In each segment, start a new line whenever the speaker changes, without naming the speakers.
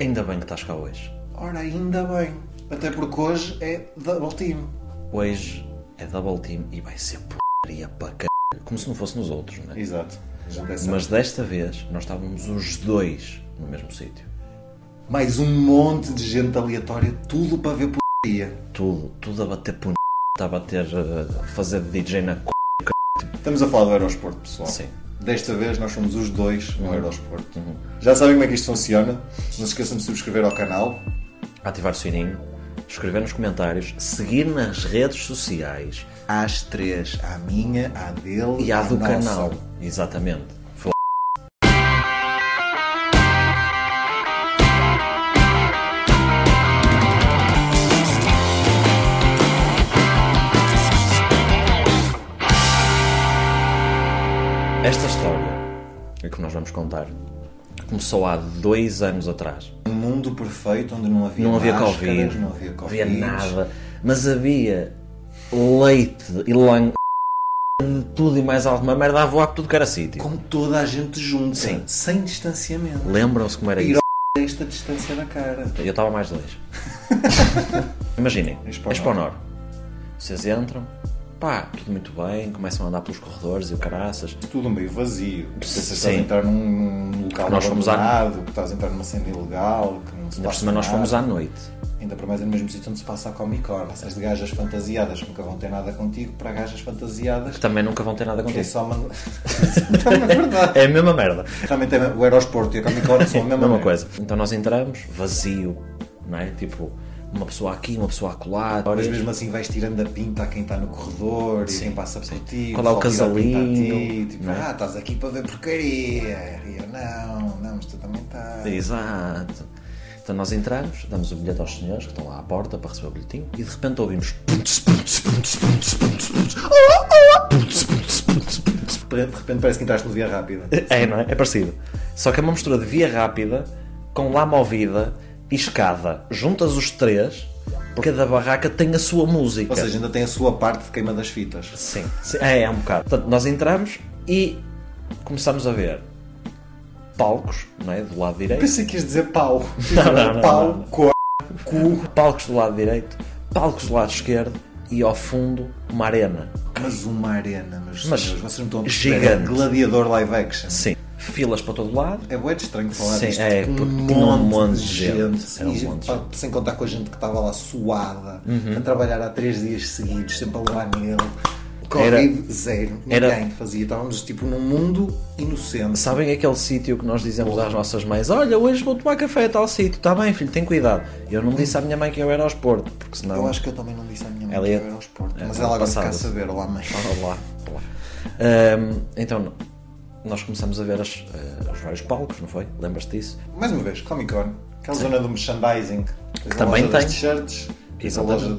Ainda bem que estás cá hoje.
Ora, ainda bem. Até porque hoje é double team.
Hoje é double team e vai ser porcaria para c... Como se não fosse nos outros, né?
Exato.
Mas desta vez nós estávamos os dois no mesmo sítio.
mais um monte de gente aleatória, tudo para ver porcaria.
Tudo, tudo a bater por estava a bater, eh, a fazer de DJ na c...
Estamos a falar do aerosporto, pessoal.
Sim.
Desta vez nós somos os dois no aerosporto. Já sabem como é que isto funciona. Não se esqueçam de subscrever ao canal.
Ativar o sininho, escrever nos comentários, seguir nas redes sociais
Às três. À minha, à dele
e à do
nossa.
canal. Exatamente. Foi Esta história é que nós vamos contar começou há dois anos atrás.
Um mundo perfeito onde não havia
Não havia
máscaras,
Covid,
não havia Covid.
nada, mas havia leite e lã de tudo e mais alguma merda a voar por tudo que era sítio.
Com toda a gente junta.
Sim.
Sem distanciamento.
Lembram-se como era
Ir
isso?
ao esta distância da cara.
Eu estava mais longe. Imaginem,
Expo
Expo Honor. Vocês entram, pá, tudo muito bem, começam a andar pelos corredores e o caraças.
Tudo meio vazio. Pensas que estás a
Sim.
entrar num, num local
Nós fomos à-
abandonado, que estás a entrar numa cena ilegal, que não
Ainda
se
por
passa
cima nós
nada.
fomos à noite.
Ainda para mais é no mesmo sítio onde se passa a Comic Con. Essas de gajas fantasiadas que nunca vão ter nada contigo, para gajas fantasiadas
Que também nunca vão ter nada
que é
contigo.
só uma. Não, é verdade.
É a mesma merda.
Realmente é o aerosporto e a Comic Con são a mesma,
mesma
merda.
coisa. Então nós entramos, vazio, não é? Tipo, uma pessoa aqui, uma pessoa acolá.
Mas mesmo assim vais tirando a pinta a quem está no corredor e quem passa por ti.
Qual é o
pessoal tira a pinta a
casalinho,
ti, tipo,
não é?
ah, estás aqui para ver porcaria. E eu, não, não, mas tu também estás.
Exato. Então nós entramos, damos o bilhete aos senhores que estão lá à porta para receber o bilhetinho e de repente ouvimos.
De repente parece que entraste no via rápida.
É, não é? É parecido. Só que é uma mistura de via rápida com lá movida e escada. Juntas os três, porque cada barraca tem a sua música.
Ou seja, ainda tem a sua parte de queima das fitas.
Sim, sim. É, é um bocado. Portanto, nós entramos e começamos a ver palcos, não é? Do lado direito.
Pensei que ias dizer pau.
Não, não, não,
pau,
não.
cor.
cu, palcos do lado direito, palcos do lado esquerdo e ao fundo uma arena.
Mas uma arena, meus
Mas
senhores, vocês não estão a perceber.
gigante.
Era Gladiador live action.
Sim. Filas para todo lado.
É bué de estranho falar
Sim,
disto.
é,
com
porque
um
tinha
monte, de gente.
Era um
E,
monte de Uhum.
pá, Sem contar com a gente que estava lá suada, a trabalhar há três dias seguidos, sempre a levar nele. Covid zero. Ninguém
era-
fazia. Estávamos tipo num mundo inocente.
Sabem aquele sítio que nós dizemos às nossas mães: Olha, hoje vou tomar café a tal sítio, está bem, filho, tem cuidado. Eu não disse à minha mãe que eu era ao esporte, porque senão.
Eu acho que eu também não disse à minha mãe
Ela
que
ia-
eu era ao esporte.
É,
mas ela agora
passava.
fica a saber. Olá, mãe.
Olá, olá. Ahm, então, nós começamos a ver as, eh, os vários palcos, não foi? Lembras-te disso?
Mais uma vez, Comic Con, aquela zona do merchandising. Tens a
também
loja
tem.
das t-shirts, tens a
Exatamente.
loja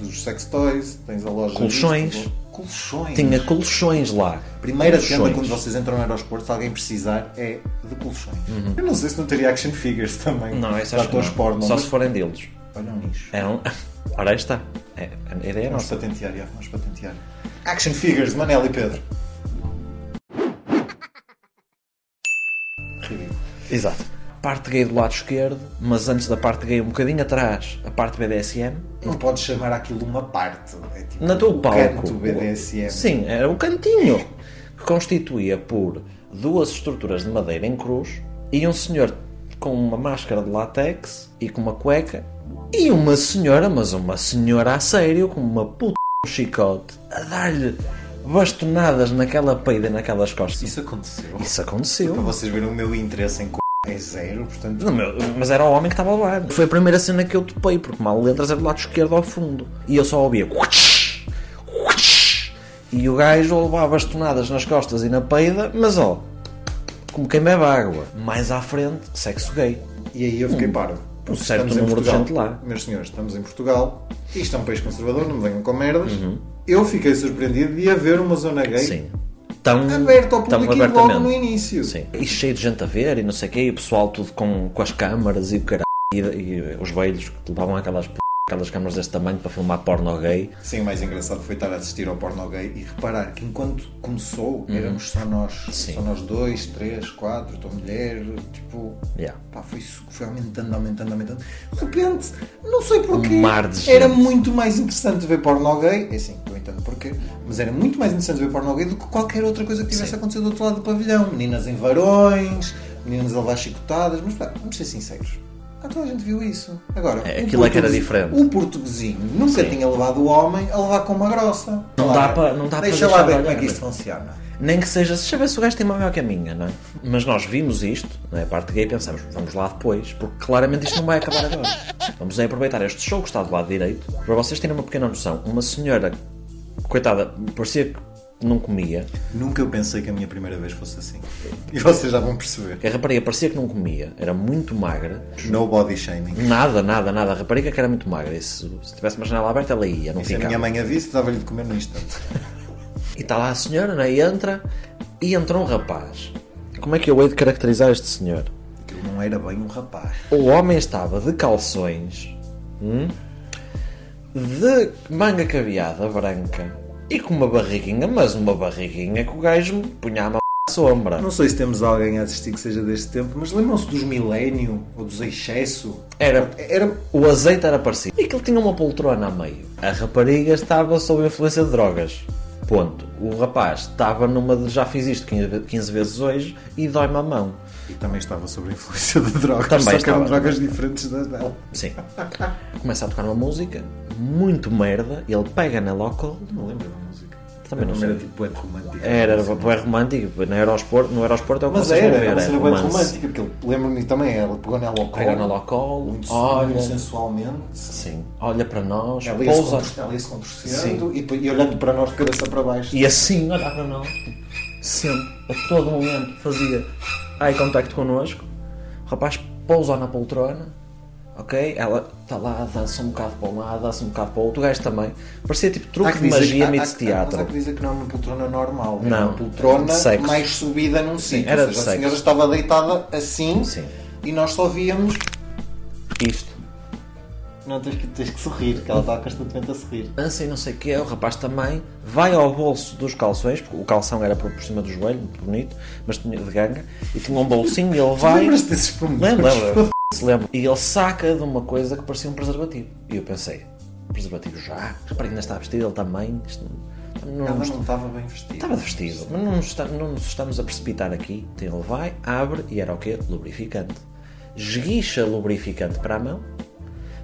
dos sex toys, tens a loja.
Colchões.
disto, colchões.
Tinha colchões lá.
Hum. Primeira tenda
Colchões.
quando vocês entram no aeroporto, se alguém precisar, é de colchões. Eu não sei se não teria action figures também.
Uhum. Não, essa
de
acho que
atores
não.
porno. é?
Só
mas
se É, forem deles.
Olham nisso.
Eram. Ora, aí está. É, a ideia é
Vamos
nossa.
patentear, já, vamos patentear. Action figures de Manel e Pedro. Ridículo.
Exato. Parte gay do lado esquerdo, mas antes da parte gay, um bocadinho atrás, a parte BDSM.
Não podes chamar aquilo uma parte. É tipo
Na
o
tua palco.
canto BDSM.
Sim, era um cantinho que constituía por duas estruturas de madeira em cruz e um senhor com uma máscara de látex e com uma cueca e uma senhora, mas uma senhora a sério, com uma puta de um chicote, a dar-lhe bastonadas naquela peida e naquelas costas. Isso,
Isso aconteceu. Para
aconteceu.
vocês verem o meu interesse em c... é zero, portanto.
Não, meu, mas era o homem que estava a levar. Foi a primeira cena que eu topei, porque mal entras é do lado esquerdo ao fundo. E eu só ouvia. "Quatsch, quatsch", E o gajo levava bastonadas nas costas e na peida, mas ó, como quem bebe água. Mais à frente, sexo gay.
E aí eu fiquei paro.
um certo
Estamos em
número de
Portugal.
gente lá.
Meus senhores, estamos em Portugal. Isto é um país conservador, não me venham com merdas. Eu fiquei surpreendido de haver uma zona gay
Uhum. Sim. Tão,
aberta ao
tão
público e logo
abertamente.
no início.
Sim. E cheio de gente a ver e não sei o quê, e o pessoal tudo com, com as câmaras e o caralho, e, e os velhos que levavam aquelas p... aquelas câmaras deste tamanho para filmar porno gay.
Sim, o mais engraçado foi estar a assistir ao porno gay e reparar que enquanto começou éramos só nós,
Uhum. Sim.
só nós dois, três, quatro, tua mulher, tipo,
Yeah.
pá, foi, su- foi aumentando, aumentando, aumentando. De repente, não sei porquê,
Um mar de
era
gente.
muito mais interessante ver porno gay, é assim, não entendo porquê, mas era muito mais interessante ver porno gay do que qualquer outra coisa que tivesse acontecido do outro lado do pavilhão. Meninas em varões, meninas a levar chicotadas, mas pá, vamos ser sinceros. Ah, toda a gente viu isso. Agora,
É,
o
aquilo é que era
português-
diferente.
o portuguesinho nunca tinha levado o homem a levar com uma grossa.
Não
Olha,
dá pa- não dá pa
Deixa
deixar
lá ver
de
como é
olhar.
que isto funciona.
Nem que seja, deixa eu ver se o gajo tem uma melhor que a minha, não é? Mas nós vimos isto, não é? a parte gay, e pensamos, vamos lá depois, porque claramente isto não vai acabar agora. Vamos é aproveitar este show que está do lado direito, para vocês terem uma pequena noção. Uma senhora, coitada, parecia que não comia,
Nunca eu pensei que a minha primeira vez fosse assim. E vocês já vão perceber.
a rapariga parecia que não comia, era muito magra,
No body shaming.
nada, nada, nada. A rapariga que era muito magra, e se, se tivesse uma janela aberta, ela ia, não
Se a
ficava.
é minha mãe a visse, dava-lhe de comer no instante.
E está lá a senhora, né? E entra, e entra um rapaz. Como é que eu hei de caracterizar este senhor?
Aquilo não era bem um rapaz.
O homem estava de calções, hum, de manga caveada branca e com uma barriguinha, mas uma barriguinha que o gajo me punha a mão à sombra.
Não sei se temos alguém a assistir que seja deste tempo, mas lembram-se dos milénio ou dos excesso?
Era,
Era
o azeite era parecido. E que ele tinha uma poltrona a meio. A rapariga estava sob influência de drogas. Ponto. O rapaz estava numa de já fiz isto 15 ve- 15 vezes hoje e dói-me a mão.
E também estava sob a influência de drogas,
Também
só que
estava.
eram drogas diferentes das dela.
Sim. Começa a tocar uma música, muito merda, ele pega na local,
Não lembro da música.
Também não
Era
sei.
tipo é romântica.
Era, era bué romântico, no aeroporto, no aeroporto é o que
Mas
vocês
era,
vão ver,
era uma cena
é
bem
romance.
romântica, porque eu lembro-me também, ela pegou nela ao colo,
Pega na local,
muito,
olha,
muito sensualmente,
sim, olha para nós,
ela ia-se
pousa
contor- ela ia-se contorcendo e, depois- e olhando para nós de cabeça para baixo.
e assim olhar para nós, sempre, a todo momento fazia eye contact connosco, o rapaz pousa na poltrona, ok? Ela está lá, dança um bocado para um lado, dança um bocado para o outro, o gajo também, parecia tipo
Há
truque
que
de
dizer-
magia
há- há-
meets
há-
teatro.
Mas há que dizer que não é uma poltrona normal, é
Não,
uma poltrona
de sexo.
mais subida num sítio.
era
ou
de
seja, a
sexo.
senhora estava deitada assim
Sim.
e nós só víamos.
Isto.
Não tens que, tens que sorrir, que ela está constantemente a sorrir.
Dança e não sei o que é, o rapaz também vai ao bolso dos calções, porque o calção era por por cima do joelho, muito bonito, mas tinha de ganga, e tinha um bolsinho e ele vai.
Lembras-te desses pormenores?
Lembro, lembro. Se lembra. E ele saca de uma coisa que parecia um preservativo. E eu pensei, preservativo já? Repara que ainda está vestido, ele também. Isto não, não,
Ela
nos-
não estava bem vestida.
estava de vestido, mas não nos, está- não nos estamos a precipitar aqui. Então ele vai, abre e era o quê? Lubrificante. Esguicha lubrificante para a mão.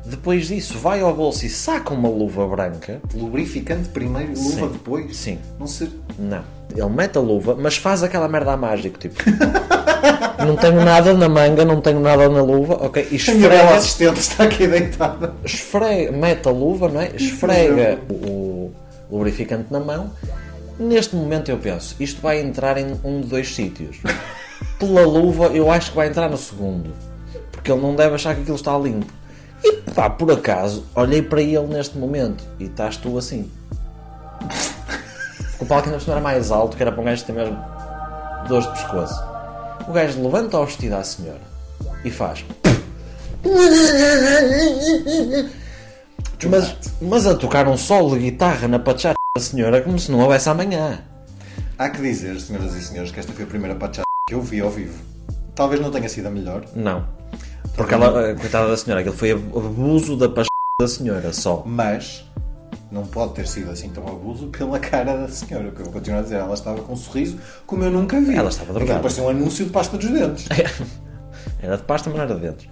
Depois disso, vai ao bolso e saca uma luva branca.
Lubrificante primeiro, luva
Sim.
depois.
Sim.
Não ser.
Não. Ele mete a luva, mas faz aquela merda a mágico, tipo. não tenho nada na manga, não tenho nada na luva, ok? E
A minha
esfrega,
bela assistente está aqui deitada.
esfrega, mete a luva, não é? Esfrega o, o lubrificante na mão. Neste momento eu penso, isto vai entrar em um de dois sítios. Pela luva, eu acho que vai entrar no segundo. Porque ele não deve achar que aquilo está limpo. E pá, por acaso, olhei para ele neste momento e estás tu assim. O palco ainda por cima era mais alto, que era para um gajo ter mesmo dores de pescoço. O gajo levanta o vestido à senhora e faz. Mas, mas a tocar um solo de guitarra na pachá da senhora como se não houvesse amanhã.
Há que dizer, senhoras e senhores, que esta foi a primeira pachada que eu vi ao vivo. Talvez não tenha sido a melhor.
Não. Porque ela, coitada da senhora, aquilo foi abuso da pachá da senhora só.
mas não pode ter sido assim tão abuso pela cara da senhora, porque eu vou continuar a dizer, ela estava com um sorriso como eu nunca vi.
Ela estava drogada.
Aquilo parecia um anúncio de pasta dos dentes.
Era de pasta, mas não era de dentes.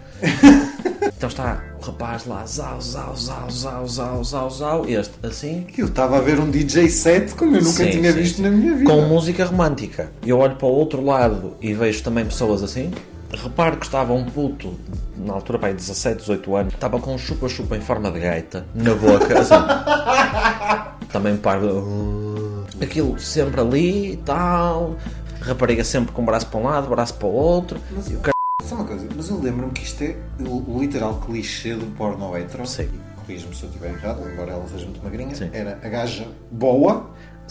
então está o rapaz lá, zau, zau, zau, zau, zau, zau, zau, este assim,
Eu estava a ver um DJ set como eu nunca
Sim,
tinha
sim,
visto
sim.
na minha vida.
Com música romântica. Eu olho para o outro lado e vejo também pessoas assim. Reparo que estava um puto, na altura, pai, 17, 18 anos, estava com um chupa-chupa em forma de gaita na boca. Assim. também parvo. Aquilo sempre ali e tal. Rapariga sempre com o braço para um lado, braço para o outro. E o cara
Só uma coisa, mas eu lembro-me que isto é o o literal clichê do porno hetero.
Sim.
Corrijo-me se eu estiver errado, embora ela seja muito magrinha.
Sim.
Era a gaja boa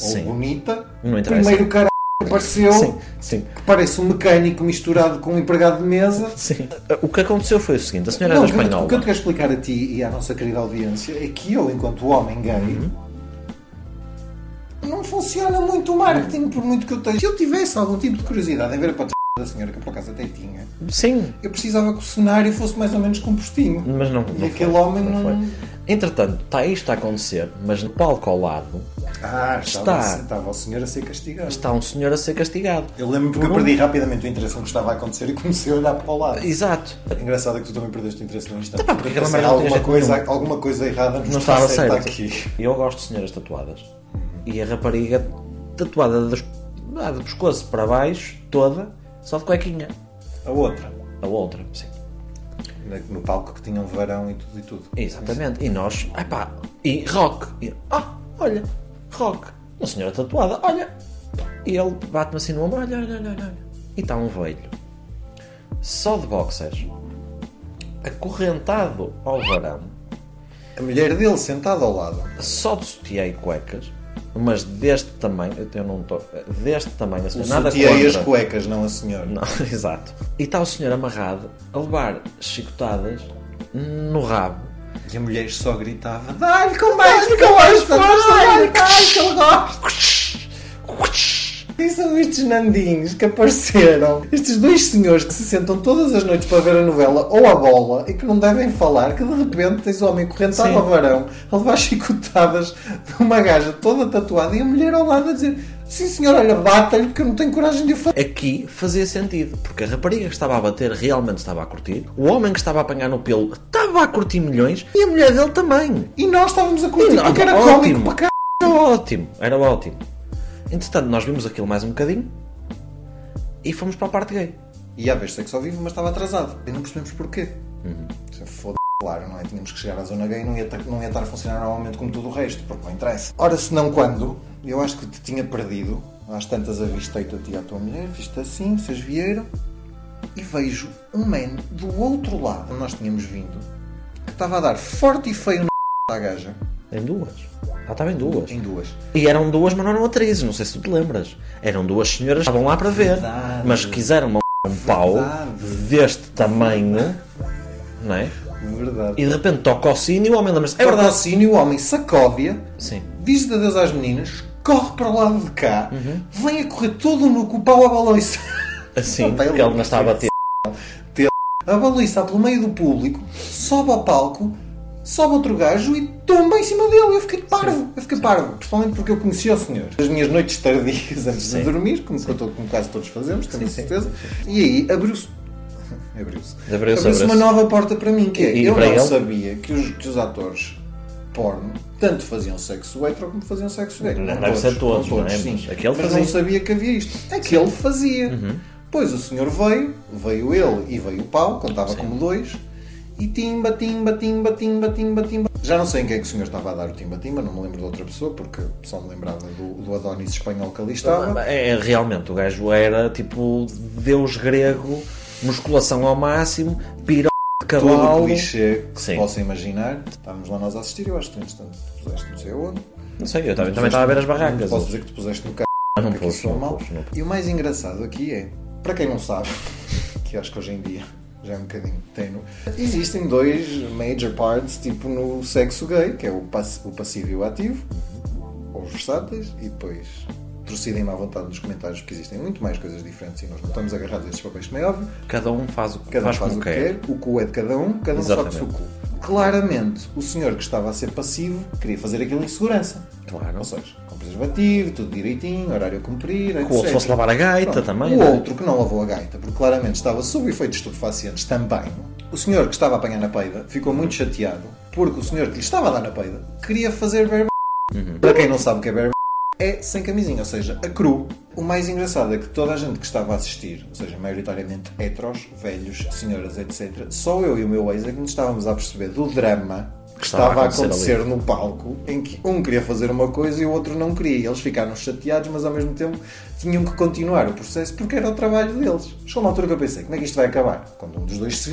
ou
Sim.
bonita.
Não interessa.
primeiro cara apareceu
Sim, sim,
que parece um mecânico misturado com um empregado de mesa.
sim. O que aconteceu foi o seguinte: a senhora
Não,
era
o, que eu,
espanhola.
o que eu te quero explicar a ti e à nossa querida audiência é que eu, enquanto homem gay,
Uhum.
não funciona muito o marketing, por muito que eu tenha. Se eu tivesse algum tipo de curiosidade em ver a patrulha da senhora, que eu por acaso até tinha,
Sim,
eu precisava que o cenário fosse mais ou menos compostinho.
mas não.
E
não
aquele
foi,
homem não-
foi. Entretanto, está isto a acontecer, mas no palco ao lado
Ah,
Está.
estava, a- estava o senhor a ser castigado.
está um senhor a ser castigado.
Eu lembro-me porque eu perdi rapidamente o interesse no que estava a acontecer e comecei a olhar para o lado.
Exato.
Engraçado é que tu também perdeste o interesse no instante.
Tá, pá, porque aquela
Pensei,
merda não tinha
alguma,
jeito
coisa,
nenhum.
alguma coisa errada nos
Não estava
está
certo.
aqui.
Eu gosto de senhoras tatuadas. E a rapariga tatuada dos, ah, do pescoço para baixo, toda, só de cuequinha.
A outra.
A outra, sim.
No palco que tinha um varão e tudo e tudo.
Exatamente. E nós, ai pá, e rock. E, ah, olha, rock. Uma senhora tatuada, olha. E ele bate-me assim no ombro, olha, olha, olha, olha. E está um velho. Só de boxers. Acorrentado ao varão.
A mulher dele sentada ao lado.
Só de sutiã e cuecas. Mas deste tamanho, eu não estou. Deste tamanho, assim, nada
Sutiei as
contra.
cuecas, não a senhora.
Não, exato. E está o senhor amarrado a levar chicotadas no rabo.
E a mulher só gritava: Dá-lhe com mais, com mais força, dá-lhe mais, que eu gosto. E são estes nandinhos que apareceram. Estes dois senhores que se sentam todas as noites para ver a novela ou a bola e que não devem falar, que de repente tens o homem correntado
Sim.
ao varão a levar chicotadas de uma gaja toda tatuada e a mulher ao lado a dizer: Sim, senhor, olha, bata-lhe que eu não tenho coragem de o fazer.
Aqui fazia sentido, porque a rapariga que estava a bater realmente estava a curtir, o homem que estava a apanhar no pelo estava a curtir milhões e a mulher dele também.
E nós estávamos a curtir
Não,
porque era
ótimo.
cómico para cá.
Era ótimo, era ótimo. Entretanto, nós vimos aquilo mais um bocadinho e fomos para a parte gay.
E à vez sei que só vivo, mas estava atrasado. E não percebemos porquê. Uhum. Foda-se, claro, não é? Tínhamos que chegar à zona gay e não ia, tar- não ia estar a funcionar normalmente como todo o resto, porque não interessa. Ora, se não quando, eu acho que te tinha perdido. Às tantas avistei-te a ti e à tua mulher, viste assim, vocês vieram. E vejo um man do outro lado, onde nós tínhamos vindo, que estava a dar forte e feio na à gaja,
Em duas. Ah, estava em duas.
em duas.
E eram duas, mas não eram atrizes, não sei se tu te lembras. Eram duas senhoras que estavam lá para ver.
Verdade.
Mas quiseram uma um pau
Verdade.
deste tamanho, não é?
Verdade.
E de repente toca o sino e o homem lembra-se.
É verdade, sim, e o homem sacódia
Sim.
diz-lhe adeus às meninas, corre para o lado de cá, vem a correr todo nu com o pau à baloiça.
Assim,
Não tem
porque ele não
lógica.
estava a ter.
A baloiça pelo meio do público, sobe ao palco, sobe outro gajo e tomba em cima dele. Eu fiquei parvo, eu fiquei parvo, principalmente porque eu conhecia o senhor. As minhas noites tardias antes
Sim.
de dormir, como, que eu tô- como quase todos fazemos, tenho certeza. E aí abriu-se. Abriu-se.
Abriu-se,
Abriu-se uma
abriu-se.
nova porta para mim, que é,
E- e
eu não
para ele?
sabia que os, que os atores porno tanto faziam sexo hetero como faziam sexo gay.
Não,
Não
deve ser todos, não é?
sim.
Mas aquele
Mas
fazia.
não sabia que havia isto. Aquele fazia.
Uhum.
Pois o senhor veio, veio ele e veio o pau, contava como dois, e timba, timba, timba, timba, timba, timba. Já não sei em quem é que o senhor estava a dar o timba-timba, não me lembro de outra pessoa, porque só me lembrava do, do Adonis espanhol que ali estava.
É, é, realmente, o gajo era tipo deus grego, musculação ao máximo, piro de
Todo o
cavalo.
clichê que se
Sim.
possa imaginar. Estávamos lá nós a assistir, eu acho que tu, entretanto, te puseste não sei onde.
Não sei, eu também, também estava a ver as
Não
barracas.
te posso dizer que te puseste no carro.
Ah, não
porque
pus,
aquilo soa
não
mal.
pus, não pus.
E o mais engraçado aqui é, para quem não sabe, que eu acho que hoje em dia já é um bocadinho teno, existem dois major parts, tipo no sexo gay, que é o, pass o passivo e o ativo, ou os versáteis, e depois torcidem-me à vontade nos comentários, porque existem muito mais coisas diferentes e nós não estamos agarrados a esses papéis, como é óbvio.
Cada um faz o que
Cada um
faz
faz
como
o que
quer.
quer, o cu é de cada um, cada um sabe o seu
Exatamente.
cu. Claramente, o senhor que estava a ser passivo queria fazer aquilo em segurança.
Claro.
Ou seja, com preservativo, tudo direitinho, horário a cumprir,
Que o outro fosse lavar a gaita também.
O
não é?
outro que não lavou a gaita, porque claramente estava sob efeito de estupefacientes também. O senhor que estava a apanhar na peida ficou muito chateado, porque o senhor que lhe estava a dar na peida queria fazer berber.
Uhum.
Para quem não sabe o que é berber, é sem camisinha, ou seja, a cru. O mais engraçado é que toda a gente que estava a assistir, ou seja, maioritariamente heteros, velhos, senhoras, etc., só eu e o meu ex é que nos estávamos a perceber do drama que estava a acontecer no palco, em que um queria fazer uma coisa e o outro não queria. E Eles ficaram chateados, mas ao mesmo tempo tinham que continuar o processo porque era o trabalho deles. Chegou uma altura que eu pensei, como é que isto vai acabar? Quando um dos dois se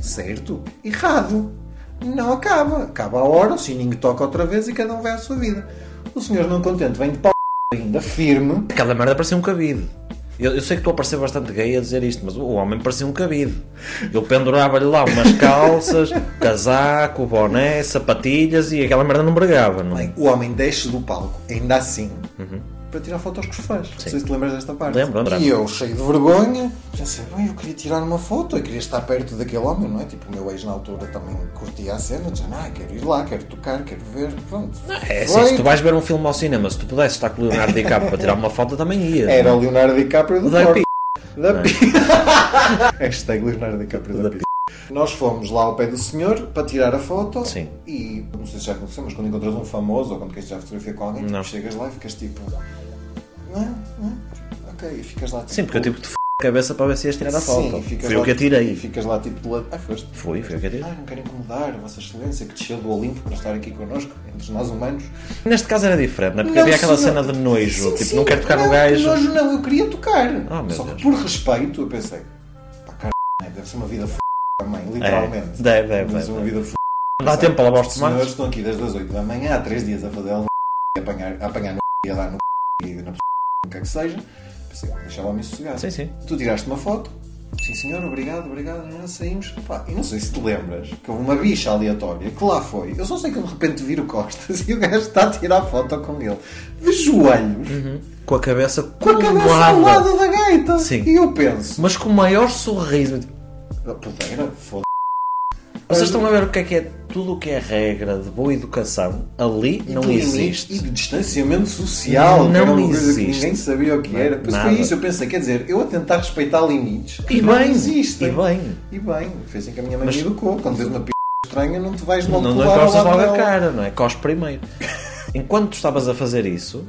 Certo? Errado. Não acaba. Acaba a hora, o sininho toca outra vez e cada um vai à sua vida. O senhor não contente vem de pau ainda firme.
Aquela merda parecia um cabide. Eu, eu sei que estou a parecer bastante gay a dizer isto, mas o homem parecia um cabido. Eu pendurava-lhe lá umas calças, casaco, boné, sapatilhas e aquela merda não bregava, não é?
Bem, o homem desce do palco, ainda assim, para tirar fotos com os fãs. Não sei se te lembras desta parte.
Uhum. Lembro, lembro.
E eu, cheio de vergonha, pensei, bem, eu queria tirar uma foto, eu queria estar perto daquele homem, não é? Tipo, o meu ex na altura também curtia a cena, dizia, ah, quero ir lá, quero tocar, quero ver, pronto.
É
Foi.
assim, se tu vais ver um filme ao cinema, se tu pudesses estar com o Leonardo DiCaprio para tirar uma foto, também é? ias.
Era o Leonardo DiCaprio do
Da é?
Porto.
p***.
Da p... Hashtag Leonardo DiCaprio da, p... Nós fomos lá ao pé do senhor para tirar a foto
Sim.
e não sei se já aconteceu, mas quando encontras um famoso ou quando queres tirar fotografia com alguém,
Não.
chegas lá e ficas tipo. Não, é? não, é? ok, e ficas lá tipo.
Sim, porque eu tive que te f*** a cabeça para ver se ias tirar a foto.
Sim, ficas
Foi
lá,
o que eu
tipo,
tirei.
E ficas lá tipo de lado. Ah, foste.
Foi, foi o que eu tirei.
Ah, não quero incomodar a Vossa Excelência que desceu do Olimpo para estar aqui connosco, entre nós humanos.
Neste caso era diferente, não é? Porque
Não,
havia aquela
senhor.
cena de nojo,
Sim,
tipo,
sim,
não quero tocar
não,
no gajo. É,
Nojo não, eu queria tocar.
Ah, meu
Só que
Deus.
por respeito, eu pensei, pá, caralho, né, deve ser uma vida f*** mãe, literalmente.
É, deve, deve,
Deve ser uma
deve.
vida f***.
Não dá tempo para lavar os
Os senhores
tomates?
estão aqui desde as 8 da manhã, há 3 dias a fazer a l- e apanhar, a apanhar no e a dar no e na p- o que é que seja. Pensei, deixa lá me sossegar.
Sim, sim.
Tu tiraste uma foto. Sim, senhor, obrigado, obrigado. Nós saímos. Pá, e não sei se te lembras que houve uma bicha aleatória que lá foi. Eu só sei que eu de repente viro costas e o gajo está a tirar foto com ele. De joelhos,
Com a cabeça
com a cabeça do
colada.
lado da gaita.
Sim.
E eu penso,
Mas com o maior sorriso.
"Ah, puteira, foda
Vocês estão a ver o que é que é tudo o que é regra de boa educação ali não
de limites E
existe.
de distanciamento social,
Não
que era uma coisa que
existe.
ninguém sabia o que
Não,
era. Pois
nada.
foi isso, eu pensei, quer dizer, eu a tentar respeitar limites que
E
não
bem,
existem.
e bem.
E bem, foi assim que a minha mãe
Mas-
me educou. Quando vês uma p estranha, não te vais logo
Não, não
colar ao
encostas
lado
logo a
dela.
cara, não é? Cospe primeiro. Enquanto tu estavas a fazer isso,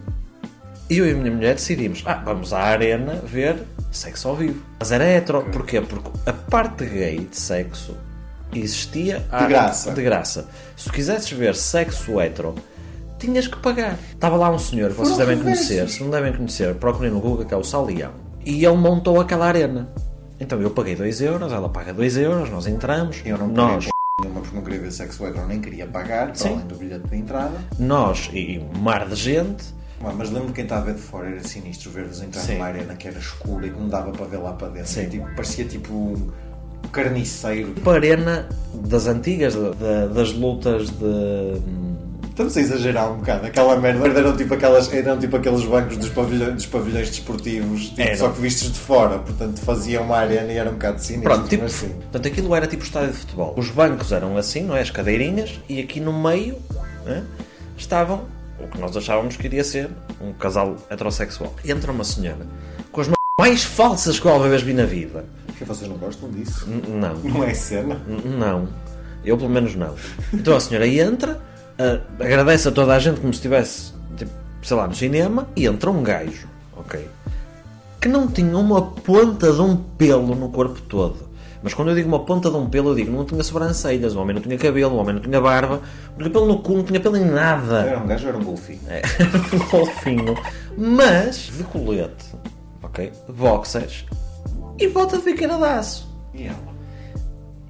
eu e a minha mulher decidimos: ah, vamos à arena ver sexo ao vivo. Mas era hetero. Porquê? Porque a parte gay de sexo existia à-
graça.
de graça. Se tu quisesses ver sexo hetero, tinhas que pagar. Estava lá um senhor que vocês
Foram
devem
conversas.
conhecer, se não devem conhecer, procurem no Google que é o Salião. E ele montou aquela arena. Então eu paguei 2 euros, ela paga 2 euros, nós entramos.
Eu não
nós,
queria p nenhuma porque não queria ver sexo hétero, nem queria pagar, para
Sim.
além do bilhete de entrada.
nós e um mar de gente.
Ué, Mas lembro que quem estava a ver de fora era sinistro ver-vos entrar
Sim.
numa arena que era escura e que não dava para ver lá para dentro.
Sim.
E, tipo, parecia tipo um carniceiro.
Uma arena das antigas, da- da- das lutas de.
Estamos a exagerar um bocado. Aquela merda eram tipo, aquelas, eram tipo aqueles bancos dos pavilhões, dos pavilhões desportivos, tipo,
Eram.
só que vistos de fora. Portanto, faziam uma arena e era um bocado sinistro. assim.
Pronto, tipo.
mas sim.
Portanto, aquilo era tipo estádio de futebol. Os bancos eram assim, não é? As cadeirinhas, e aqui no meio né, estavam o que nós achávamos que iria ser um casal heterossexual. Entra uma senhora com as mãos mais falsas que eu alguma vez vi na vida.
Porque vocês não gostam disso?
N- Não.
Não é cena?
Não. Eu, pelo menos, não. Então a senhora aí entra, ah, agradece a toda a gente como se estivesse, tipo, sei lá, no cinema, e entra um gajo, ok? Que não tinha uma ponta de um pelo no corpo todo. Mas quando eu digo uma ponta de um pelo, eu digo não tinha sobrancelhas, o homem não tinha cabelo, o homem não tinha barba, não tinha pelo no cu, não tinha pelo em nada.
Era um gajo ou era um golfinho?
É, um golfinho. Mas, de colete, ok? Boxers e bota de bicaradaço.
E ela?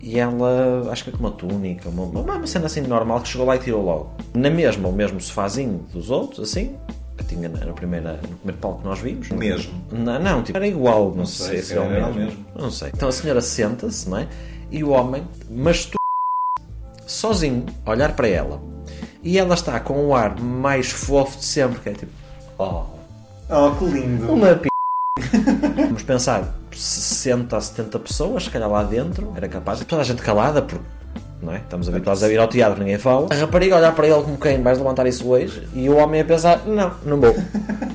E ela, acho que é com uma túnica, uma, uma, uma cena assim normal, que chegou lá e tirou logo. Na mesma, o mesmo sofazinho dos outros, assim, que tinha na, na primeira, no primeiro palco que nós vimos.
Mesmo.
Não, não, tipo, era igual, não,
sei,
sei,
se
se era o
calhar era o
mesmo.
mesmo.
Não sei. Então a senhora senta-se, não é? E o homem, mas tu, sozinho, a olhar para ela. E ela está com o ar mais fofo de sempre, que é tipo, oh,
Oh, que lindo!
uma p... é Vamos pensar, 60 a 70 pessoas, se calhar lá dentro, era capaz. Toda a gente calada, porque não é? estamos habituados a vir ao teatro, ninguém fala. A rapariga a olhar para ele como quem vais levantar isso hoje, e o homem a pensar: não, não vou,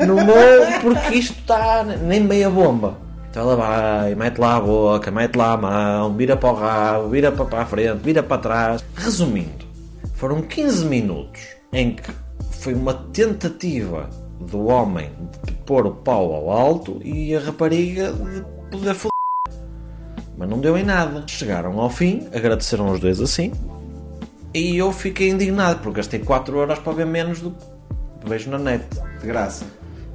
não vou, porque isto está nem meia bomba. Então ela vai, mete lá a boca, mete lá a mão, vira para o rabo, vira para, para a frente, vira para trás. Resumindo, foram 15 minutos em que foi uma tentativa do homem de pôr o pau ao alto e a rapariga de poder foder. Mas não deu em nada. Chegaram ao fim, agradeceram os dois assim e eu fiquei indignado porque gastei 4 horas para ver menos do que vejo na net.
De graça.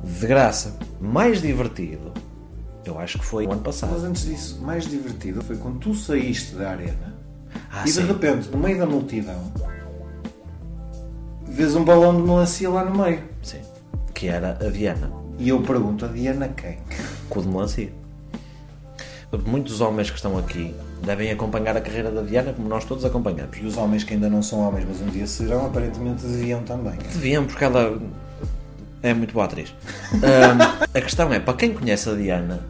De graça. Mais divertido, eu acho que foi o ano passado.
Mas antes disso, mais divertido foi quando tu saíste da arena
Ah,
e
sim.
de repente, no meio da multidão, vês um balão de melancia lá no meio.
Sim. Que era a Diana.
E eu pergunto a Diana quem?
com o de melancia. Muitos homens que estão aqui devem acompanhar a carreira da Diana como nós todos acompanhamos.
E os homens que ainda não são homens, mas um dia serão, aparentemente deviam também.
Deviam, porque ela é muito boa atriz. Ahm, a questão é, para quem conhece a Diana,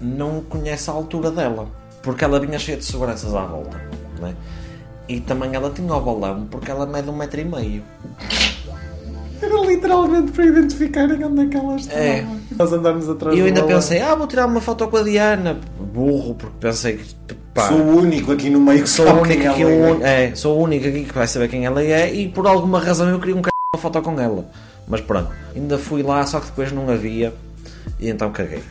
não conhece a altura dela. Porque ela vinha cheia de seguranças à volta. Né? E também ela tinha o balão, porque ela mede um metro e meio.
Era literalmente para identificarem onde é que elas estavam.
É.
Nós andarmos atrás
E eu
do
ainda
balão.
pensei, ah, vou tirar uma foto com a Diana. Burro, porque pensei que. Pá,
Sou o único aqui no meio que
sou
sabe
o único
quem
aqui,
ela é.
o- é, sou o único aqui que vai saber quem ela é e por alguma razão eu queria um c... uma foto com ela. Mas pronto, ainda fui lá, só que depois não havia e então caguei.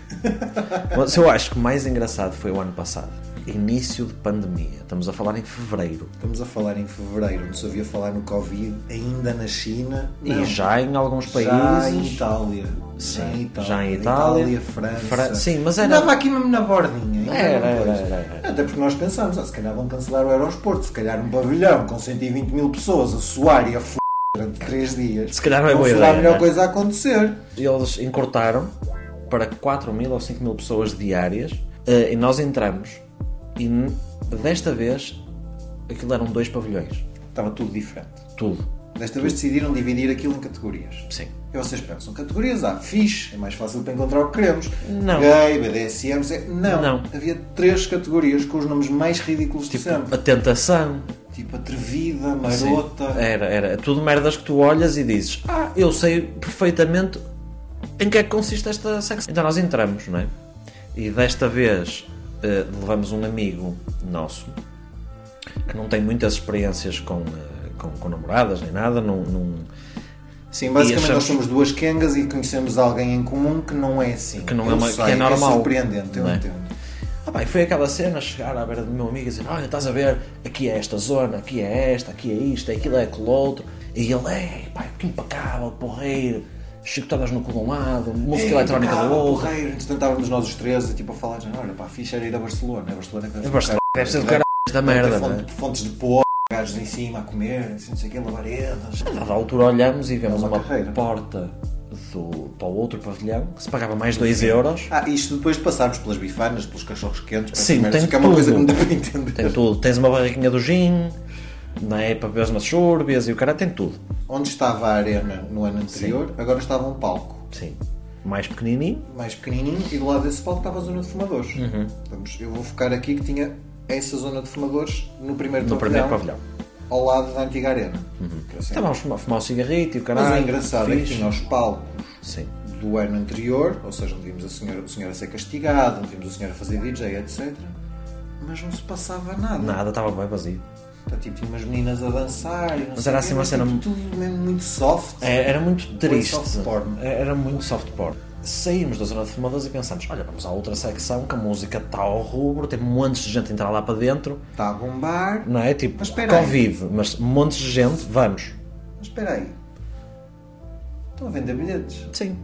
Mas eu acho que o mais engraçado foi o ano passado. Início de pandemia. Estamos a falar em fevereiro.
Estamos a falar em fevereiro, não se ouvia falar no Covid, ainda na China. Não.
E já em alguns países.
Já em Itália.
Sim,
já em Itália.
já em Itália.
França.
Fran- sim, mas era-
Andava aqui mesmo na bordinha. então,
Era, era,
pois.
era, era.
Até porque nós pensámos, ah, se calhar vão cancelar o aeroporto, se calhar um pavilhão com 120 mil pessoas a suar e a f*** durante 3 dias.
Se calhar não é boa
será a
ideia,
melhor
né?
coisa a acontecer.
eles encurtaram para 4 mil ou 5 mil pessoas diárias eh, e nós entramos e n- desta vez aquilo eram dois pavilhões.
Estava tudo diferente.
Tudo.
Desta vez decidiram dividir aquilo em categorias.
Sim.
E vocês pensam, categorias há, fixe, é mais fácil para encontrar o que queremos.
Não.
Gay, BDSM, Zé- não.
Não.
Havia três categorias com os nomes mais ridículos de
Tipo,
sempre.
a tentação.
Tipo atrevida,
Sim.
marota.
Era, era. Tudo merdas que tu olhas e dizes: Ah, eu sei perfeitamente em que é que consiste esta secção. Então nós entramos, não é? E desta vez eh, levamos um amigo nosso que não tem muitas experiências com, eh, com, com namoradas nem nada, não- não,
Sim, basicamente
E achamos-
nós somos duas quengas e conhecemos alguém em comum que não é assim.
Que não é
Eu
uma-
sei,
que é normal.
surpreendente, eu
Não é?
entendo.
Ah, pá, e foi aquela cena, chegar à beira do meu amigo e dizer: Olha, estás a ver, aqui é esta zona, aqui é esta, aqui é isto, aquilo é aquilo outro. E ele, ei, pá, é que impecável, porreiro, chicotadas no cu de um lado,
É,
música eletrónica
Ei,
do
pá,
outro.
porreiro. Entretanto, estávamos nós os três tipo, a falar, já, olha, pá, fixe era ir a Barcelona. É Barcelona que um
É bastante, deve ser do caralho esta merda, não é?
fontes, fontes de pó, gajos em cima a comer, assim, não sei o quê, labaredas.
A é? dada altura olhamos e vemos
É uma
uma
carreira.
porta do, para o outro pavilhão que se pagava mais 2 euros.
Ah, isto depois de passarmos pelas bifanas, pelos cachorros quentes, pelas
Sim,
merdas,
tem
que é uma coisa que não
tudo.
dá para entender.
Tem tudo, tens uma barraquinha do gin, não é? Para beber umas churbias e o cara tem tudo.
Onde estava a arena no ano anterior, agora estava um palco.
Sim. Mais pequenininho,
mais pequenininho e do lado desse palco estava a zona de fumadores.
Uhum.
Vamos, eu vou focar aqui que tinha essa zona de fumadores no primeiro,
no
pavilhão,
primeiro pavilhão. Uhum.
ao lado da antiga arena. Que era assim.
Estávamos a fumar, fumar um cigarrito e o caralho.
Mas o engraçado é que
fixe.
tinha os palcos
Sim.
do ano anterior, ou seja, onde vimos a senhora, o senhor a ser castigado, onde vimos o senhor a fazer DJ, etc. Mas não se passava nada.
Nada, estava bem vazio.
Então, tipo, tinha umas meninas a dançar. E não
Mas
sei
era
o quê,
assim uma cena
tipo,
mu-
tudo mesmo muito soft.
É, Era muito triste.
soft porn.
É, Era muito soft porn. Saímos da zona de fumadores e pensámos: olha, vamos à outra secção que a música está ao rubro, tem montes de gente a entrar lá para dentro,
Está a bombar.
não é? Tipo,
Mas espera aí.
Covid, mas montes de gente, vamos.
Mas espera aí. Estão a vender bilhetes.
Sim,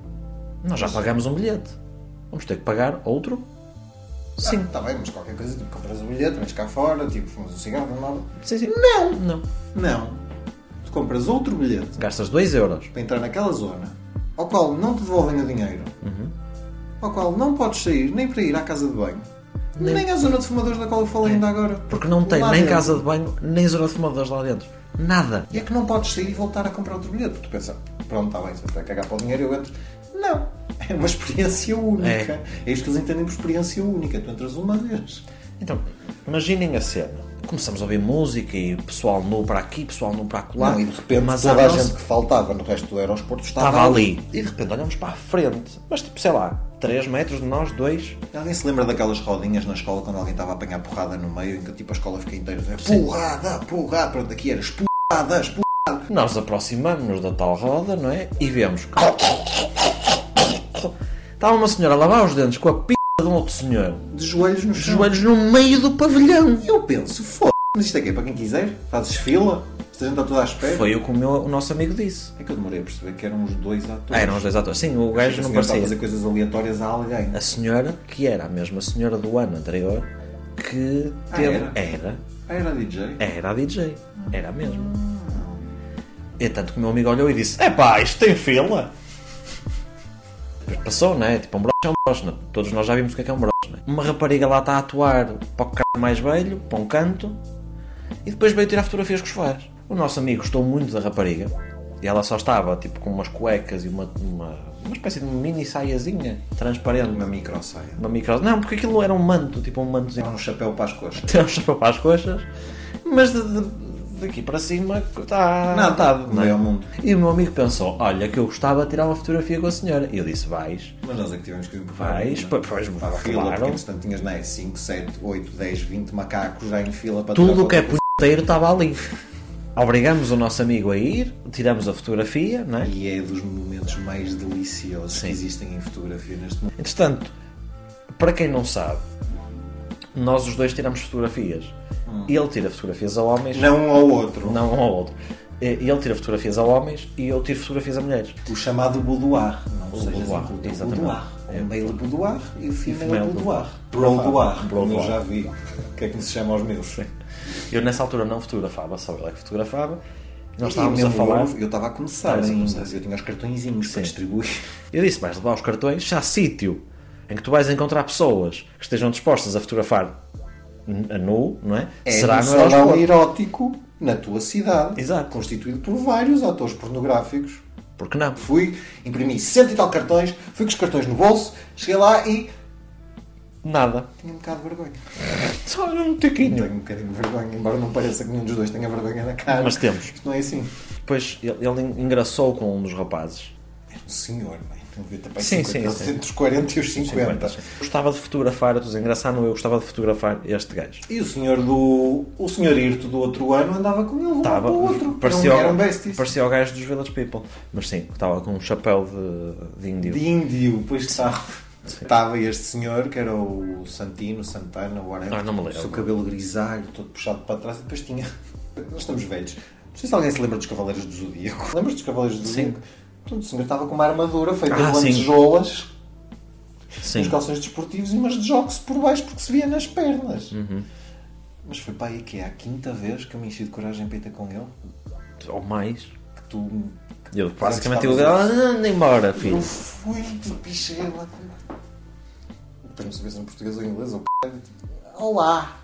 nós já pagámos um bilhete, vamos ter que pagar outro? Sim,
Está Tá bem, mas qualquer coisa, tipo, compras um bilhete, vais cá fora, tipo, fumas um cigarro, não nada.
sim, sim. Não! Não.
Não. Tu compras outro bilhete
Gastas 2 euros.
para entrar naquela zona, ao qual não te devolvem o dinheiro,
Uhum.
ao qual não podes sair nem para ir à casa de banho, nem, à zona de fumadores da qual eu falei ainda agora.
É. Porque não tem
Lá
nem
dentro.
casa de banho, nem zona de fumadores lá dentro. Nada.
E é que não podes sair e voltar a comprar outro bilhete, porque tu pensas, pronto, está bem, se vai cagar para o dinheiro, eu entro. Não. É uma experiência única. É, isto que eles entendem por experiência única. Tu entras uma vez.
Então, imaginem a cena. Começamos a ouvir música e pessoal nu para aqui, pessoal nu para acolá.
Não, e de repente
mas
toda a
nossa-
gente que faltava no resto do aeroporto estava,
estava ali. E de repente olhamos para a frente, mas tipo, sei lá, 3 metros de nós, dois.
Alguém se lembra daquelas rodinhas na escola quando alguém estava a apanhar porrada no meio, em que tipo a escola fica inteira a dizer, porrada, porrada, pronto, aqui eras porradas, porrada.
Nós aproximamos-nos da tal roda, não é? E vemos. que- Estava uma senhora a lavar os dentes com a p de um outro senhor.
De joelhos nos
Os joelhos no meio do pavilhão.
Eu penso, foda mas isto é que é para quem quiser, fazes fila, esta gente está toda à espera.
Foi o que o, meu, o nosso amigo disse.
É que eu demorei a perceber que eram os dois atores.
Ah, eram os dois atores. Sim, o
Achei que
gajo
a
não
senhora estava a
parecia.
fazer coisas aleatórias a alguém.
a senhora, que era a mesma senhora do ano anterior, que
Ah,
teve.
era?
era?
Ah, era DJ?
Era a DJ. Era a mesma. E tanto que o meu amigo olhou e disse: Epá, isto tem fila! Mas passou, né? Tipo, um broche é um broche, né? todos nós já vimos o que é que é um broche. Né? Uma rapariga lá está a atuar para o carro mais velho, para um canto, e depois veio tirar fotografias com os fãs. O nosso amigo gostou muito da rapariga, e ela só estava tipo com umas cuecas e uma, uma, uma espécie de mini saiazinha transparente.
Uma micro saia.
Uma micro... É. Não, porque aquilo era um manto, tipo um mantozinho.
Um chapéu para as coxas.
Tem um chapéu para as coxas, mas de, de- daqui para cima está.
Não, está
está
do meio ao mundo.
E o meu amigo pensou: olha, que eu gostava de tirar uma fotografia com a senhora. E eu disse: vais.
Mas nós é que tivemos que empurrar.
Vais,
não é?
pois, pois,
Estava fila, porque
claro.
entretanto tinhas né, 5, 7, 8, 10, 20 macacos já em fila para
Tudo
tirar
o que é
foto.
puteiro estava ali. Obrigamos o nosso amigo a ir, tiramos a fotografia, não é?
E é dos momentos mais deliciosos
Sim.
que existem em fotografia neste mundo.
Entretanto, para quem não sabe, nós os dois tiramos fotografias.
Hum.
Ele tira fotografias a homens,
Não um ao outro.
não um ao outro. E- Ele tira fotografias a homens e eu tiro fotografias a mulheres.
O chamado boudoir. Não
O
sejas
boudoir,
incluído.
exatamente.
Boudoir. É o male boudoir e o
female
female
boudoir.
boudoir. Broudoir.
Boudoir.
Como eu já vi. O que é que me se chama aos meus?
Eu nessa altura não fotografava, só ele é que fotografava.
E
Nós estávamos a
mesmo
falar.
Eu, eu estava a começar
Estavas a
ainda. Eu tinha os cartõezinhos para distribuir.
Eu disse: vais levar os cartões já há sítio em que tu vais encontrar pessoas que estejam dispostas a fotografar n- a nu, não é?
É
Será
um
no Eurosport?
salão erótico na tua cidade.
Exato.
Constituído por vários atores pornográficos.
Por que não?
Fui, imprimi cento e tal cartões, fui com os cartões no bolso, cheguei lá e
Nada.
tinha um bocado de vergonha.
Só era um tiquinho.
Tenho um bocadinho de vergonha, embora não pareça que nenhum dos dois tenha vergonha na cara.
Mas temos.
Isto não é assim.
Depois ele, ele engraçou com um dos rapazes.
Um senhor, mãe. Tem que ter
Sim,
sim,
sim, sim.
entre os 40 e os 50.
Gostava de fotografar, eu estou a dizer, engraçado, não eu gostava de fotografar este gajo.
E o senhor do. O senhor Irto do outro ano andava com ele, um
Estava,
para o outro. um
parecia,
Parecia eram
o-
besties.
parecia o gajo dos Village People. Mas sim, estava com um chapéu de, de índio.
De índio, pois estava. Estava este senhor, que era o Santino, Santana, o whatever.
Ah, não me lembro.
O seu cabelo grisalho, todo puxado para trás, e depois tinha. Nós estamos velhos. Não sei se alguém se lembra dos Cavaleiros do Zodíaco. Lembras dos Cavaleiros do Zodíaco? Portanto, o senhor estava com uma armadura feita
Ah,
de
sim.
lantejoulas,
Sim.
uns calções desportivos e umas de jogos por baixo porque se via nas pernas.
Uhum.
Mas foi para aí que é a quinta vez que eu me enchi de coragem para ir ter com ele,
Ou mais.
que tu.
Eu basicamente eu
estavas
ah, anda embora, filho.
Eu fui de pichei lá com. Para não saber se é em português ou em inglês, ou p. Tipo, Olá!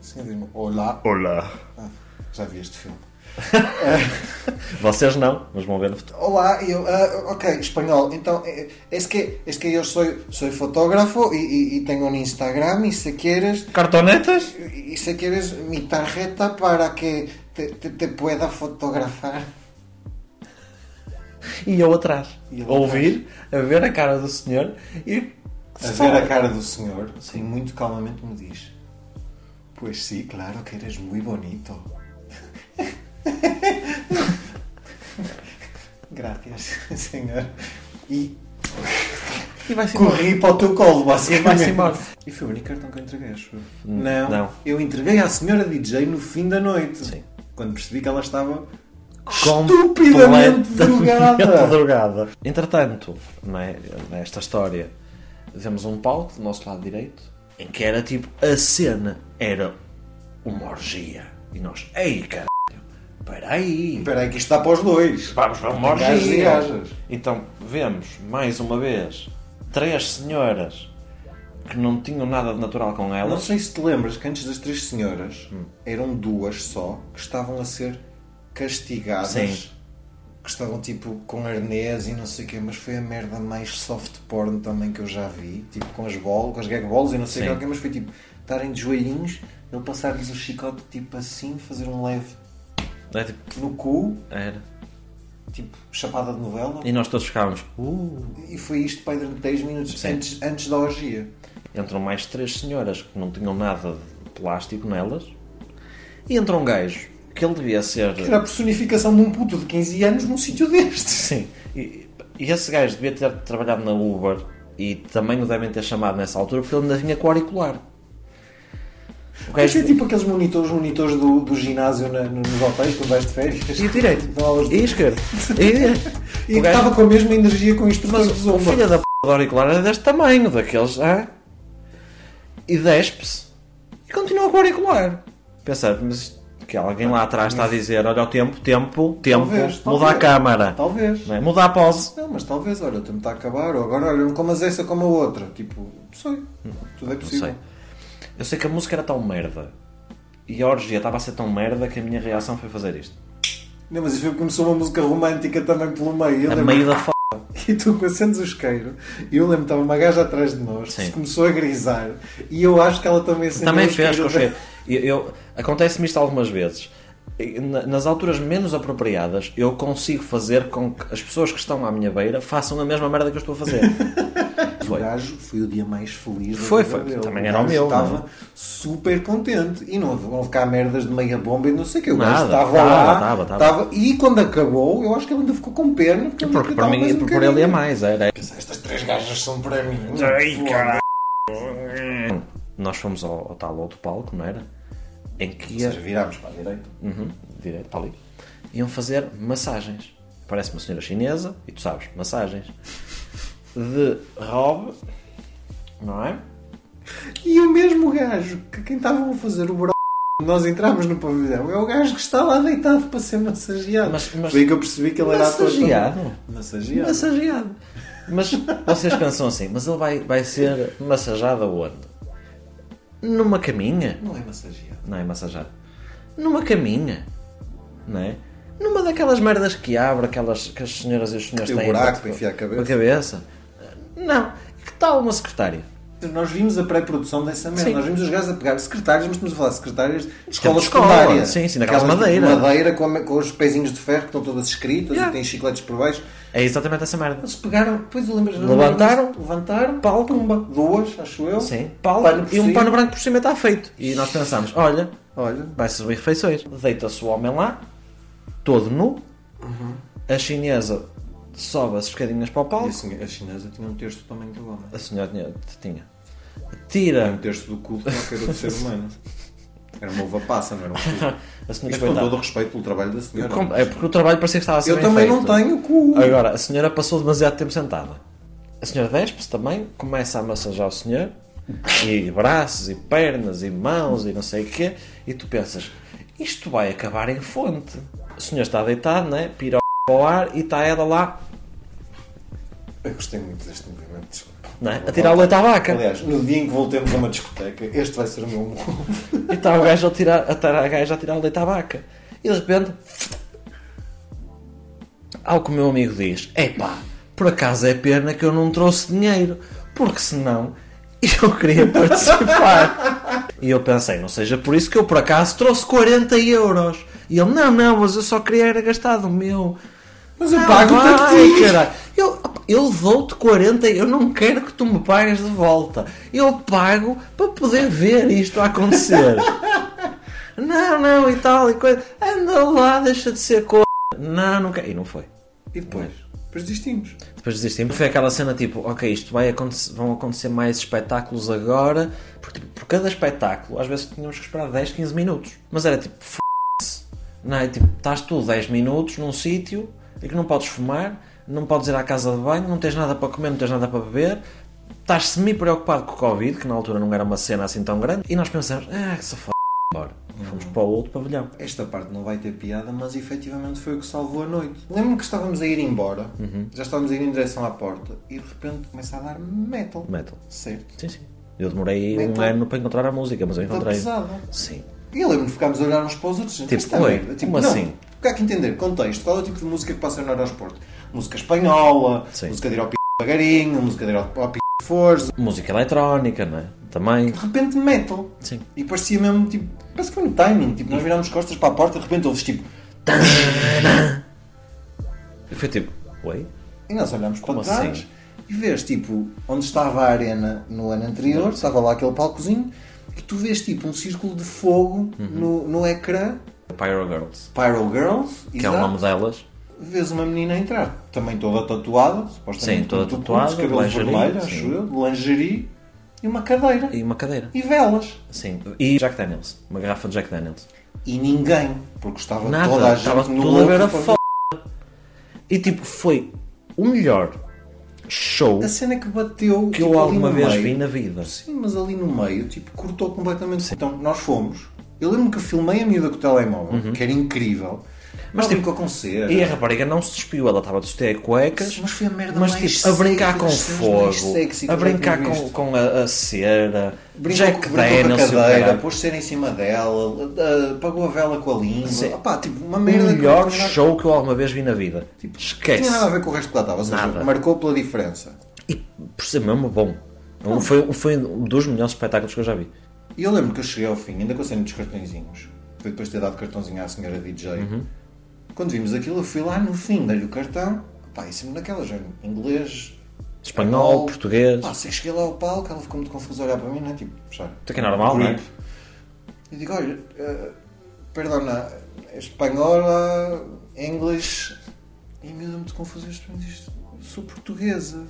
Assim diz-me, olá!
Olá.
Ah, já vi este filme.
Vocês não, mas vão ver no futuro.
Olá, e eu, ah, ok, espanhol. Então, eh, es que, es que eu sou, sou fotógrafo e, e, e tenho um Instagram e se queres,
Cartonetas?
y si quieres mi tarjeta para que te, te- te pueda fotografar.
E eu atrás.
E eu
a Ouvir, a ver a cara do senhor e.
A ver a cara do senhor, sim, muito calmamente me diz: Pois sim, claro que eres muito bonito. Gracias, senhor. E
E vai-se embora.
corri para o teu colo,
E
basicamente.
vai-se embora.
E foi o único cartão que eu entreguei, acho eu.
Hum, Não.
Eu entreguei à senhora DJ no fim da noite.
Sim.
Quando percebi que ela estava
Completamente
estupidamente drogada.
drogada. Entretanto, não é, nesta história, vemos um palco do nosso lado direito em que era tipo a cena era uma orgia. E nós, ei caralho, peraí,
Espera aí que isto dá para os dois.
vamos para uma
Gajos e
orgia.
gajas.
Então vemos mais uma vez três senhoras que não tinham nada de natural com
Não
elas.
sei se te lembras que antes das três senhoras
Hum.
eram duas só que estavam a ser castigadas.
Sim.
Que estavam tipo com arnês e não sei o quê, mas foi a merda mais soft porn também que eu já vi. Tipo com as bolas, com as gag balls e não sei
Sim.
o quê, mas foi tipo estarem de joelhinhos, ele passar-lhes o chicote tipo assim, fazer um leve
Não é, tipo,
no cu,
era.
tipo chapada de novela.
E nós todos ficávamos, "Uh."
E foi isto para aí durante 10 minutos
Sim.
antes, antes da orgia.
Entram mais três senhoras que não tinham nada de plástico nelas. E entra um gajo que ele devia ser.
Era a personificação de um puto de 15 anos num sítio deste.
Sim. E, e esse gajo devia ter trabalhado na Uber e também o devem ter chamado nessa altura porque ele ainda vinha com o auricular. O
Mas
gajo.
é tipo aqueles monitores, monitores do, do ginásio na- no- nos hotéis quando vais de férias.
E o direito.
Dão aulas de-
E a esquerda.
E
E
que
o gajo.
estava com a mesma energia com isto
Mas
mas de
o
zomba.
filho da p do auricular era deste tamanho, daqueles. Ah? E despe-se e continua com o auricular. Pensar, mas isto- porque alguém lá atrás está a dizer: olha o tempo, tempo, tempo,
Talvez,
muda
talvez.
a câmara,
Talvez.
não é? muda a pose.
Não, mas talvez, olha, o tempo está a acabar, ou agora, olha, não comas essa, como a outra. Tipo, não sei. Tudo é
Hum, Não
possível.
sei. Eu sei que a música era tão merda e a orgia estava a ser tão merda que a minha reação foi fazer isto.
Não, mas isso foi porque começou uma música romântica também pelo meio. Eu
A
lembro-
meio da f.
E tu acendes o isqueiro. E eu lembro que estava uma gaja atrás de nós que
Sim.
se começou a grisar. E eu acho que ela também acendeu
Também
o isqueiro.
fez com o cheiro. Eu, eu- Acontece-me isto algumas vezes. E na- Nas alturas menos apropriadas, eu consigo fazer com que as pessoas que estão à minha beira façam a mesma merda que eu estou a fazer.
O
Foi.
gajo foi o dia mais feliz da
Foi,
vida
foi.
dele.
Também era
gajo
o meu,
Estava
não é?
super contente. E não vão ficar merdas de meia bomba e não sei o que. O gajo
Nada,
estava
tava,
lá.
tava, tava.
tava- E quando acabou, eu acho que ele ainda ficou com pena. Porque, ele
Porque para
tava
mim,
mais um
por, por ele é
bocadinho.
mais. Era.
Estas três gajas são para mim. é
Ai,
Foda.
caralho. Nós fomos ao, ao tal outro palco, não era? Em que
Ou
ia.
seja, virámos para a direita.
Uhum, direito para ali. Iam fazer massagens. Parece uma senhora chinesa, e tu sabes, massagens. De robe, não é?
E é o mesmo gajo que quem estavam a fazer o bro... Nós entramos no pavilhão, é o gajo que está lá deitado para ser massageado.
Mas- mas-
Foi aí que eu percebi que ele era ator também.
Massageado?
Massageado.
Massageado. Mas vocês pensam assim, mas ele vai, vai ser massajado aonde? Numa caminha?
Não é massageado.
Não é massajado. Numa caminha. Não é? Numa daquelas merdas que abre, aquelas que as senhoras e os senhores
Tem um
têm.
buraco
na-
para enfiar a cabeça.
na cabeça. Não. Que tal uma secretária?
Nós vimos a pré-produção dessa merda.
Sim.
Nós vimos os gajos a pegar secretárias, mas estamos a falar de secretárias de escola
escola,
secundária.
sim, sim, daquelas
Aquelas de
madeira.
madeira com, a- com os pezinhos de ferro que estão todas escritas
Yeah.
e têm chicletes por baixo.
É exatamente essa merda.
Eles pegaram, depois eu lembro
Levantaram?
levantaram, pau, pumba. Duas, acho eu.
Sim, pau
Pano por
e um
cima.
pano branco por cima está feito. E nós pensamos, olha,
Olha,
vai servir refeições. Deita-se o homem lá, todo nu.
Uhum.
A chinesa sobe as escadinhas para o
E
palco.
a senhora- a chinesa tinha um terço do tamanho do homem.
A senhora tinha. tinha.
Era um
Tira.
terço do cu de qualquer outro ser humano. Era uma uva passa, não era um cu.
A senhora
Isto com todo
coitada.
o respeito pelo trabalho da
É
senhora.
Com- É porque o trabalho parecia que estava a ser
Eu
bem
também
feito.
não tenho cu.
Agora, a senhora passou demasiado tempo sentada. A senhora despe-se também, começa a massajar o senhor, e braços, e pernas, e mãos, e não sei o quê, e tu pensas, isto vai acabar em fonte. O senhor está deitado, né? Pira ao ar, e está ela lá,
Eu gostei muito deste movimento, desculpa.
né? A tirar o leite à vaca.
Aliás, no dia em que voltemos a uma discoteca, este vai ser o meu move.
E está o gajo a tirar, a, tar- a gaja a tirar o leite à vaca. E de repente, ao que o meu amigo diz, epá, por acaso é pena que eu não trouxe dinheiro, porque senão eu queria participar. e eu pensei, não seja por isso que eu por acaso trouxe 40 euros. E ele, não, não, mas eu só queria era gastar do meu.
Mas eu
"Ah,
pago-te a
vai,
ti."
caralho. Eu, eu dou-te 40, eu não quero que tu me pagues de volta. Eu pago para poder ver isto a acontecer. não, não, e tal, e coisa. Anda lá, deixa de ser co... Não, não quero. E não foi.
E depois? Depois desistimos.
Depois desistimos. Foi aquela cena tipo, ok, isto vai acontecer, vão acontecer mais espetáculos agora, porque tipo, por cada espetáculo, às vezes tínhamos que esperar 10, 15 minutos. Mas era tipo, f não é? Tipo, estás tu 10 minutos num sítio em que não podes fumar, não podes ir à casa de banho, não tens nada para comer, não tens nada para beber, estás semi-preocupado com o Covid, que na altura não era uma cena assim tão grande, e nós pensamos, ah, que se f... embora. Fomos para o outro pavilhão.
Esta parte não vai ter piada, mas efetivamente foi o que salvou a noite. Lembro-me que estávamos a ir embora, já estávamos a ir em direção à porta, e de repente começa a dar metal.
Metal.
Certo.
Sim, sim. Eu demorei um
Metal.
ano para encontrar a música, mas eu
Está
encontrei.
pesado.
Sim.
E eu lembro-me de ficarmos a olhar uns para os outros. Tipo, esta
oi,
merda. Tipo,
como
não,
assim?
Porque há que entender, contexto, qual é o tipo de música que passa no aeroporto? Música espanhola,
Sim.
música de ir ao p... devagarinho, música de ir ao, ao p... de força.
música eletrónica, não é? Também.
De repente, metal.
Sim.
E parecia mesmo, tipo, parece que foi um timing. Tipo, nós virámos costas para a porta e de repente ouves, tipo...
E foi tipo, oi?
E nós olhámos para
Como
trás
assim?
e vês, tipo, onde estava a arena no ano anterior, estava lá aquele palcozinho, e tu vês, tipo, um círculo de fogo
Uhum.
no, no ecrã.
Pyro Girls.
Pyro Girls,
Que é o nome delas.
vês uma menina entrar, também toda tatuada, supostamente
Sim, toda
com tudo,
tatuada,
de cabelo
lingerie,
vermelho,
sim.
acho eu, de lingerie e uma cadeira
E uma cadeira.
e velas.
Sim. E Jack Daniels. Uma garrafa de Jack Daniels.
E ninguém, porque estava
Nada.
toda a gente
Estava
no
tudo a ver a
outro
foda. E tipo, foi o melhor show
A cena que bateu
que
Assim, tipo,
eu
ali
alguma
no
vez
meio.
vi na vida.
Sim, mas ali no meio, tipo, cortou completamente. Então, nós fomos, Eu lembro-me que filmei a miúda com o telemóvel, que era incrível. Mas
Uhum. tipo,
tipo que acontecer.
E a rapariga não se despiu, ela estava a despedir cuecas,
Mas foi a merda
mas
mais
tipo, a brincar
sexy,
com
das cenas mais
fogo,
sexy que
a
eu já tinha
brincar com,
visto.
com a, a cera,
Brincou,
Jack
brincou com a
Daniels, e o
cadeira,
caralho.
pôs cera em cima dela, ah, apagou a vela com a língua.
Sim.
Opá, tipo, uma
o
merda que não
melhor
tinha nada-
show que eu alguma vez vi na vida. Tipo,
Não
esquece.
tinha nada a ver com o resto que lá estava, ou seja,
Nada.
marcou pela diferença.
E por ser mesmo bom. Foi, foi um dos melhores espetáculos que eu já vi.
E eu lembro que eu cheguei ao fim, ainda com a cena dos cartõezinhos. Foi depois de ter dado cartãozinho à senhora DJ.
Uhum.
Quando vimos aquilo, eu fui lá no fim, dei-lhe o cartão. Pá, e sempre naquela, já inglês,
Espanhol, português.
Pá, assim, cheguei lá ao palco, ela ficou muito confusa a olhar para mim, não é? Tipo, já.
Isto é que é normal, não é?
Grip. Eu digo, olha, eh, perdona, espanhola, inglês. E me deu muito confusa isto, mas isto, sou portuguesa.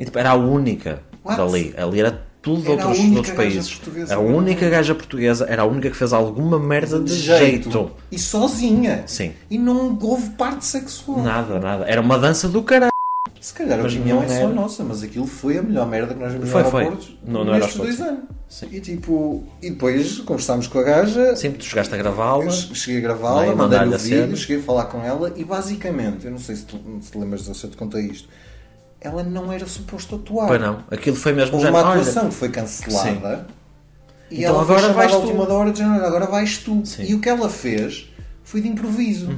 E tipo, era a única
What?
dali. Ali era tudo de
Era a
outros, de
única
outros
gaja
países.
portuguesa.
A única gaja portuguesa era a única que fez alguma merda de, jeito.
E sozinha.
Sim.
E não houve parte sexual.
Nada, nada. Era uma dança do caralho.
Se calhar a
Mas
opinião
não
é só
era.
nossa, mas aquilo foi a melhor merda que nós vimos
Foi,
no
foi.
aeroporto
No- no
nestes
aeroporto,
dois anos.
Sim.
E tipo, e depois conversámos com a gaja,
Sempre tu chegaste a gravá-la.
Eu cheguei a
Vai,
gravá-la,
mandar-lhe
mandei-lhe o
a
vídeo,
cena.
cheguei a falar com ela e basicamente, eu não sei se tu se te lembras se eu te contei isto, ela não era suposto atuar.
Pois não. Aquilo foi mesmo
Houve
já.
uma
Olha,
atuação que foi cancelada e
Então
ela
agora
agora
vais
vais à
tu.
última da hora de janeiro, agora vais tu.
Sim. Uhum.
E o que ela fez foi de improviso.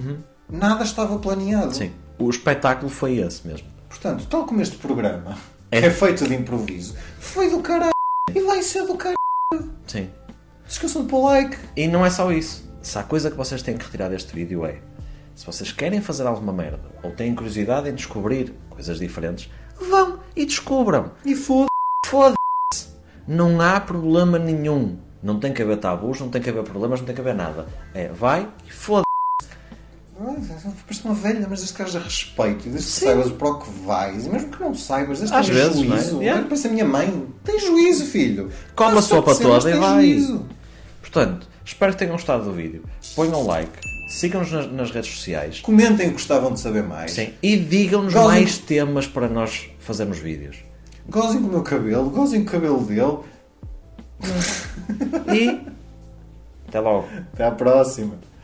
Nada estava planeado.
sim. O espetáculo foi esse mesmo.
Portanto, tal como este programa
É.
é, feito de improviso, foi do caralho e vai ser do caralho.
Sim.
Se Esqueçam de pôr like.
E não é só isso. Se há coisa que vocês têm que retirar deste vídeo é: se vocês querem fazer alguma merda ou têm curiosidade em descobrir coisas diferentes, vão e descubram.
E foda
Foda-se. Não há problema nenhum. Não tem que haver tabus, não tem que haver problemas, não tem que haver nada. É, vai e foda-se.
é, Parece uma velha, mas este gajo a respeito. E desde que
Sim.
saibas para o que vais, e mesmo que não saibas, desde
Às
que tenhas
vezes, não é?
juízo.
Yeah.
Olha, Parece a minha mãe. Tem juízo, filho.
Come
Faz
a
o que
sopa
apetecer, mas
toda e
tem
vai.
Juízo.
Portanto, espero que tenham gostado do vídeo. Ponham like, sigam-nos nas, nas redes sociais
Comentem que gostavam de saber mais.
Sim. e digam-nos
Gozem.
mais temas para nós fazermos vídeos.
Gozem com o meu cabelo, gozem com o cabelo dele.
E até logo.
Até à próxima.